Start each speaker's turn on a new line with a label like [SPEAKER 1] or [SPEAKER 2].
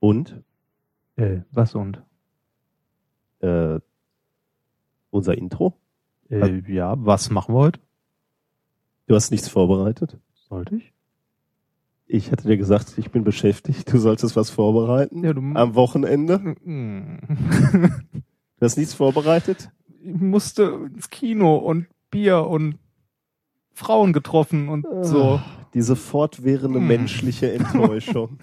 [SPEAKER 1] Und
[SPEAKER 2] Äh, was und?
[SPEAKER 1] äh, unser Intro.
[SPEAKER 2] Äh, ja, was machen wir heute?
[SPEAKER 1] Du hast nichts vorbereitet.
[SPEAKER 2] Sollte ich?
[SPEAKER 1] Ich hatte dir gesagt, ich bin beschäftigt. Du solltest was vorbereiten.
[SPEAKER 2] Ja, du
[SPEAKER 1] Am Wochenende.
[SPEAKER 2] Mm.
[SPEAKER 1] Du hast nichts vorbereitet.
[SPEAKER 2] ich musste ins Kino und Bier und Frauen getroffen und so.
[SPEAKER 1] Diese fortwährende
[SPEAKER 2] Hm.
[SPEAKER 1] menschliche Enttäuschung.